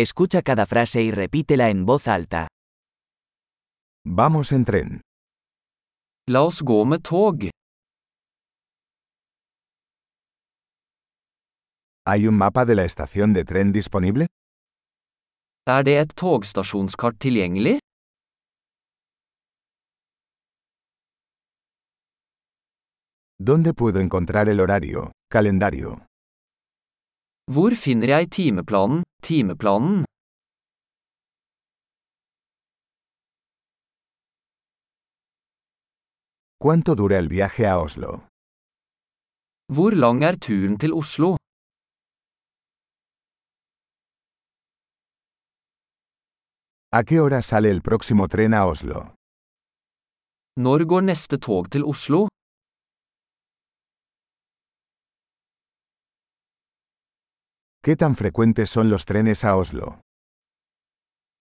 Escucha cada frase y repítela en voz alta. Vamos en tren. La oss gå med tog. ¿Hay un mapa de la estación de tren disponible? Er det et togstasjonskart tilgjengelig? ¿Dónde puedo encontrar el horario, calendario? Hvor finner jeg timeplanen, timeplanen? ¿Cuánto dura el viaje a Oslo? Hvor lang er turen til Oslo? ¿A qué hora sale el próximo tren a Oslo? Når går neste tog til Oslo? ¿Qué tan frecuentes son los trenes a Oslo?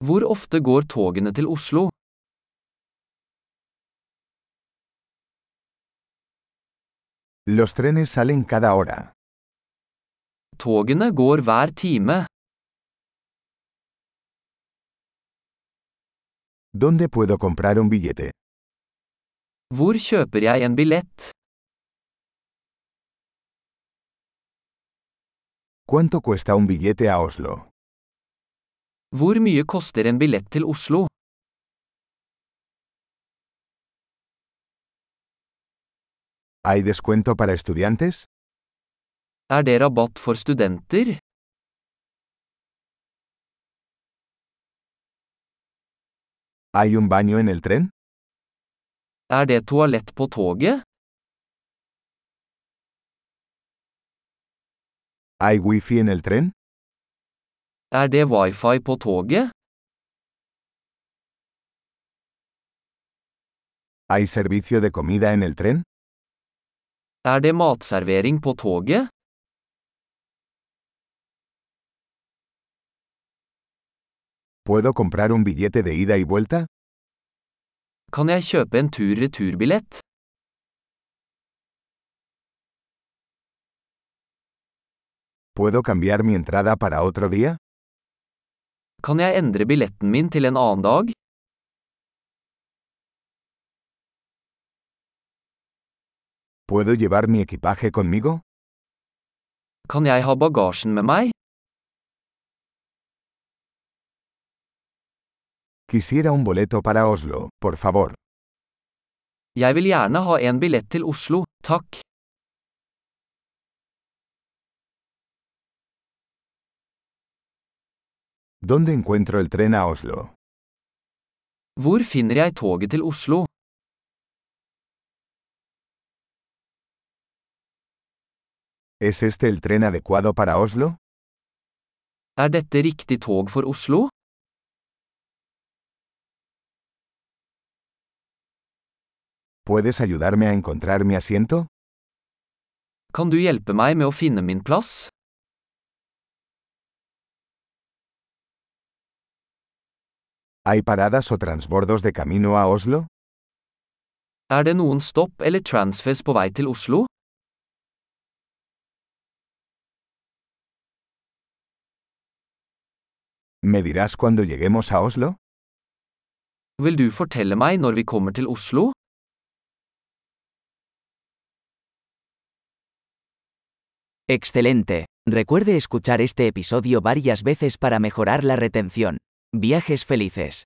Hvor ofte går togene til Oslo? Los trenes salen cada hora. Togene går hver time. ¿Dónde puedo comprar un billete? Hvor kjøper jeg en billett? ¿Cuánto cuesta un billete a Oslo? Hvor mye koster en billett til Oslo? ¿Hay descuento para estudiantes? Er det rabatt for studenter? ¿Hay un baño en el tren? Er det toalett på toget? ¿Hay wifi en el tren? Er det wifi på toget? ¿Hay servicio de comida en el tren? Er det matservering på toget? ¿Puedo comprar un billete de ida y vuelta? Kan jeg kjøpe en tur-returbillett? ¿Puedo cambiar mi entrada para otro día? Kan jeg endre billetten min til en annen dag? ¿Puedo llevar mi equipaje conmigo? Kan jeg ha bagasjen med meg? Quisiera un boleto para Oslo, por favor. Jeg vil gjerne ha en billett til Oslo, takk. ¿Dónde encuentro el tren a Oslo? Hvor finner jeg toget til Oslo? ¿Es este el tren adecuado para Oslo? Er dette riktig tog for Oslo? ¿Puedes ayudarme a encontrar mi asiento? Kan du hjelpe meg med å finne min plass? ¿Hay paradas o transbordos de camino a Oslo? Er det noen stopp eller transfers på vei til Oslo? ¿Me dirás cuándo lleguemos a Oslo? Vil du fortelle meg når vi kommer til Oslo? Excelente. Recuerde escuchar este episodio varias veces para mejorar la retención. Viajes felices.